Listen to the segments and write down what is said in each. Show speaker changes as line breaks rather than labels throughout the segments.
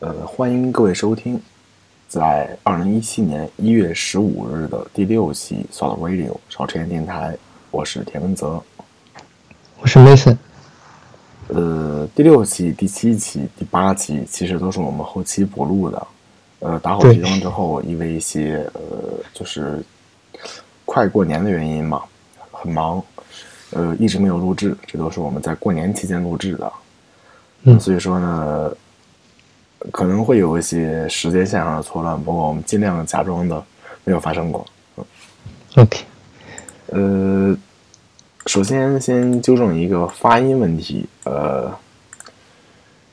呃，欢迎各位收听，在二零一七年一月十五日的第六期《Solo Radio 少车电台》，我是田文泽。
我是 Mason。
呃，第六期、第七期、第八期其实都是我们后期补录的。呃，打火
对
提灯之后，因为一些呃，就是快过年的原因嘛，很忙，呃，一直没有录制，这都是我们在过年期间录制的。
嗯
所以说呢，可能会有一些时间线上的错乱，不过我们尽量假装的没有发生过。
OK，
呃，首先先纠正一个发音问题。呃，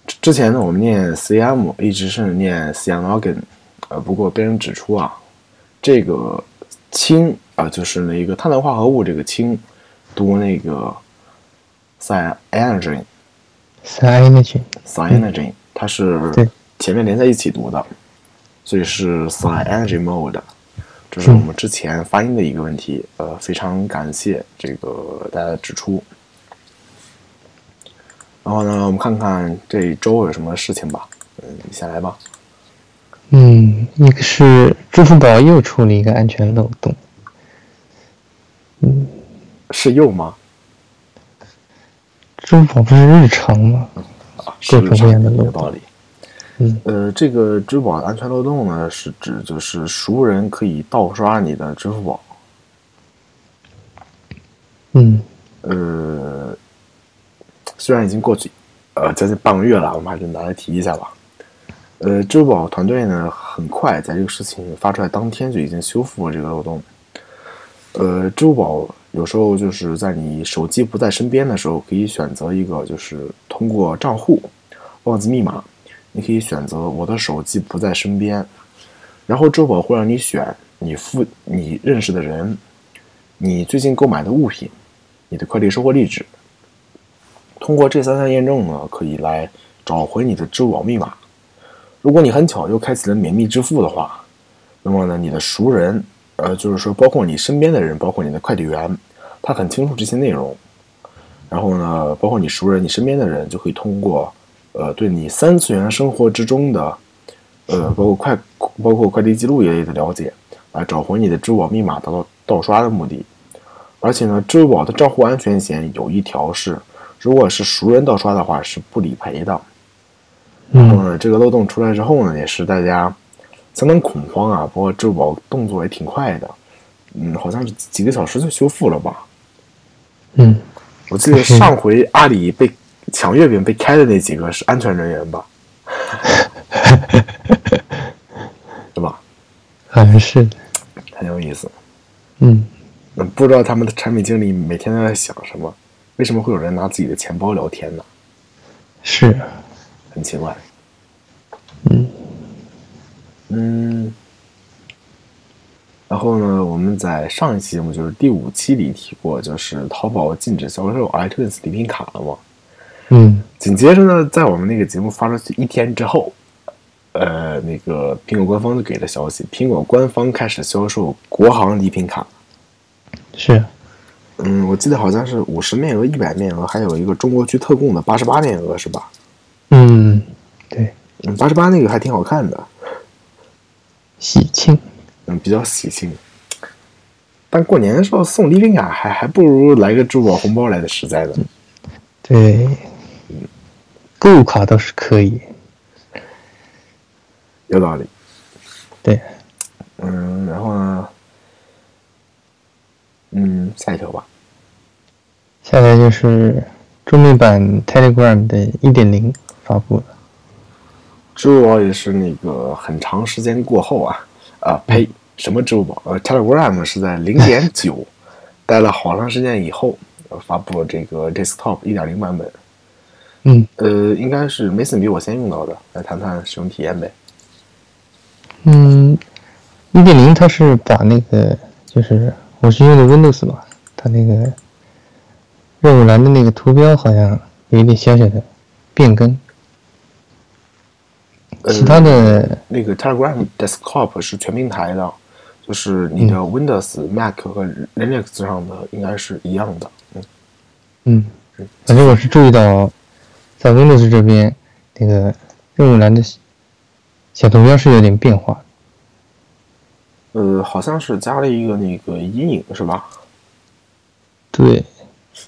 之之前呢，我们念 CM 一直是念 Cianogen，呃，不过被人指出啊，这个氢啊、就是那个碳碳化合物这个氢，读那个 cyanogen
三 energy。
cyanogen，它是
嗯对
前面连在一起读的，所以是 cyanogen mode。这
嗯
是我们之前发音的一个问题，呃，非常感谢这个大家的指出。然后呢，我们看看这一周有什么事情吧。嗯，你先来吧。
嗯，一个是支付宝又出了一个安全漏洞，
是又吗？
支付宝不是日常吗？
啊，是
各种各样的
有
漏洞
道理。
嗯，
呃，这个支付宝的安全漏洞呢，是指就是熟人可以盗刷你的支付宝。
嗯，
呃，虽然已经过去呃将近半个月了，我们还是拿来提一下吧。呃，支付宝团队呢，很快在这个事情发出来当天就已经修复了这个漏洞。呃，支付宝有时候就是在你手机不在身边的时候，可以选择一个就是通过账户忘记密码，你可以选择我的手机不在身边，然后支付宝会让你选你附你认识的人，你最近购买的物品，你的快递收货地址。通过这三项验证呢，可以来找回你的支付宝密码。如果你很巧又开启了免密支付的话，那么呢，你的熟人，呃，就是说包括你身边的人，包括你的快递员，他很清楚这些内容。然后呢，包括你熟人、你身边的人，就可以通过，呃，对你三次元生活之中的，呃，包括快包括快递记录一类的了解，来找回你的支付宝密码，达到盗刷的目的。而且呢，支付宝的账户安全险有一条是，如果是熟人盗刷的话是不理赔的。然后
嗯，
呢，这个漏洞出来之后呢，也是大家相当恐慌啊。不过支付宝动作也挺快的，嗯，好像是几个小时就修复了吧。
嗯，
我记得上回阿里被抢月饼被开的那几个是安全人员吧？对吧？
好像是的，
很有意思。
嗯，
嗯，不知道他们的产品经理每天都在想什么？为什么会有人拿自己的钱包聊天呢？
是，
很奇怪。
嗯
嗯，然后呢，我们在上一期节目就是第五期里提过，就是淘宝禁止销售 iTunes 礼品卡了嘛。
嗯
紧接着呢，在我们那个节目发出去一天之后，呃，那个苹果官方就给了消息，苹果官方开始销售国行礼品卡。
是，
嗯，我记得好像是五十面额、一百面额，还有一个中国区特供的八十八面额，是吧？
嗯，对，
嗯，八十八那个还挺好看的，
喜庆，
嗯，比较喜庆。但过年的时候送礼品卡还还不如来个支付宝红包来的实在呢。
嗯对，购物卡倒是可以，
有道理。
对，
嗯，然后呢，嗯，下一条吧。
下来就是中美版 Telegram 的1.0发布了，
支付宝也是那个很长时间过后啊，啊
嗯
呸，什么支付宝？呃，Telegram 是在零 点九待了好长时间以后，呃发布了这个 Desktop 一点零版本。
嗯。
呃，应该是 Mason 比我先用到的，来谈谈使用体验呗。
嗯，一点零它是把那个就是我是用的 Windows 嘛，它那个任务栏的那个图标好像有一点小小的变更，
呃
其他的
那个 Telegram Desktop 是全平台的，就是你的
嗯
Windows、Mac 和 Linux 上的应该是一样的。嗯，
嗯，反正我是注意到在 Windows 这边那个任务栏的小图标是有点变化。
呃，好像是加了一个那个阴影是吧？
对，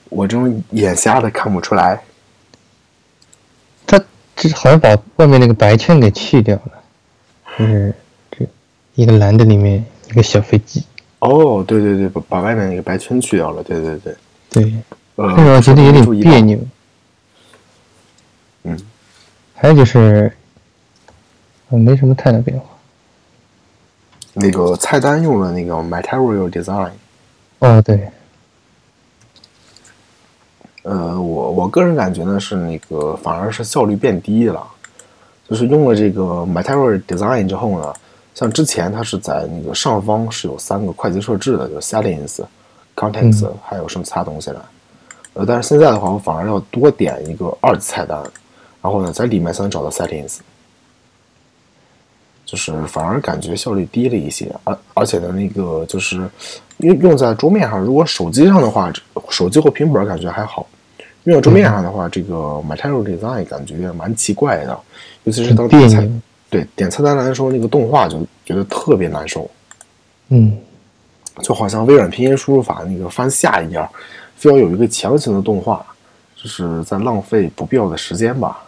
我这种眼瞎的看不出来。
它这好像把外面那个白圈给去掉了，就是这一个蓝的里面一个小飞机。
哦，对对对，把把外面那个白圈去掉了，对对对，
对，
呃，
但是我觉得有
没注
点
意到
别，扭。
嗯，
还有就是，呃，没什么太大变化。
那个菜单用了那个 Material Design，
哦，对，
呃，我我个人感觉呢是那个反而是效率变低了，就是用了这个 Material Design 之后呢，像之前它是在那个上方是有三个快捷设置的，就是 Settings、Context，、还有什么其他东西的。呃，但是现在的话，我反而要多点一个二级菜单，然后呢，在里面才能找到 Settings，就是反而感觉效率低了一些，而而且呢，那个就是用用在桌面上，如果手机上的话，这手机或平板儿感觉还好。用在桌面上的话，这个 Material Design 感觉蛮奇怪的，尤其是当
很别
点菜
扭
对点菜单栏的时候，那个动画就觉得特别难受，
嗯，
就好像微软拼音输入法那个翻下一页，非要有一个强行的动画，就是在浪费不必要的时间吧。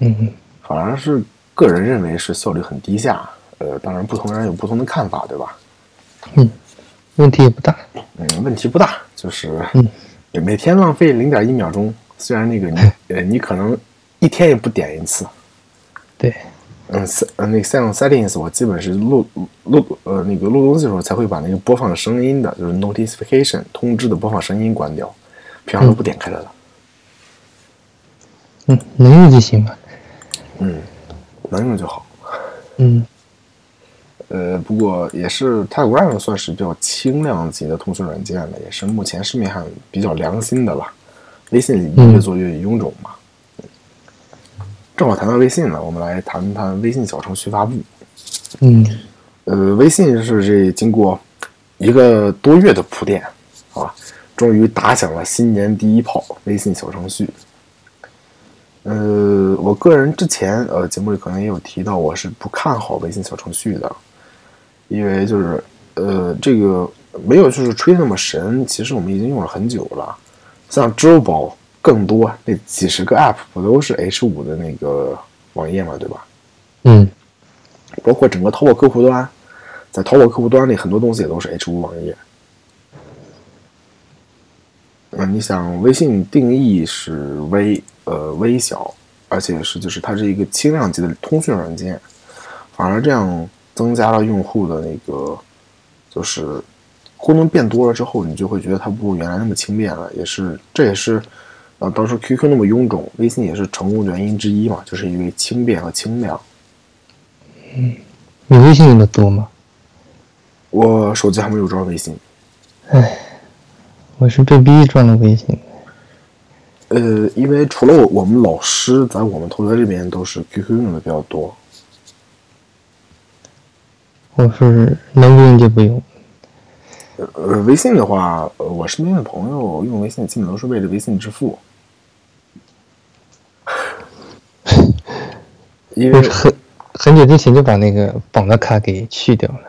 嗯，
反而是个人认为是效率很低下，呃，当然不同人有不同的看法，对吧？
问题也不大。
嗯，问题不大，就是
嗯
每天浪费零点一秒钟，虽然那个你呃你可能一天也不点一次，
对，
嗯，塞呃那个 sound settings 我基本是录录呃那个录东西的时候才会把那个播放声音的，就是 notification 通知的播放声音关掉，平常都不点开它的。
嗯，能用就行吧。
嗯，能用就好。
嗯，
呃，不过也是 Telegram 算是比较轻量级的通讯软件了，也是目前市面上比较良心的了。微信
嗯
越做越臃肿嘛。正好谈到微信了，我们来谈谈微信小程序发布。
嗯，
呃，微信是这经过一个多月的铺垫啊，终于打响了新年第一炮，微信小程序。呃，我个人之前呃节目里可能也有提到，我是不看好微信小程序的，因为就是呃这个没有就是吹那么神，其实我们已经用了很久了，像支付宝更多那几十个 app 不都是 H 五的那个网页嘛，对吧？
嗯，
包括整个淘宝客户端，在淘宝客户端里很多东西也都是 H 五网页。嗯，你想，微信定义是微呃微小，而且是就是它是一个轻量级的通讯软件，反而这样增加了用户的那个就是功能变多了之后，你就会觉得它不如原来那么轻便了，也是这也是呃当时 QQ 那么臃肿，微信也是成功原因之一嘛，就是因为轻便和轻量。
你微信用的多吗？
我手机还没有装微信。
我是被逼装了微信的。
呃，因为除了我，我们老师在我们同学这边都是 QQ 用的比较多。
我是能不用就不用。
呃，微信的话，呃，我身边的朋友用微信基本都是为了微信支付， 因
就
为
是很很久之前就把那个绑的卡给去掉了。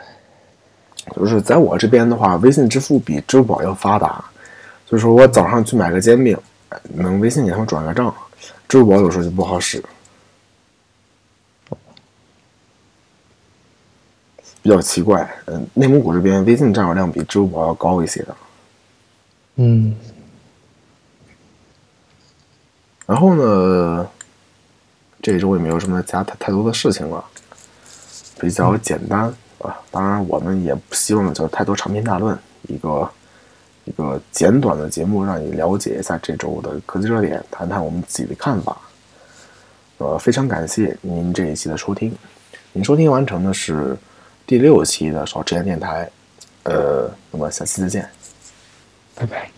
就是在我这边的话，微信支付比支付宝要发达。就是说我早上去买个煎饼，能微信给他们转个账，支付宝有时候就不好使，比较奇怪。嗯，内蒙古这边微信占有量比支付宝要高一些的。
嗯，
然后呢，这一周也没有什么加太太多的事情了，比较简单啊。当然，我们也不希望就是太多长篇大论，一个一个简短的节目，让你了解一下这周的科技热点，谈谈我们自己的看法。呃，非常感谢您这一期的收听，您收听完成的是第六期的少之言电台，呃，那么下期再见。
拜拜。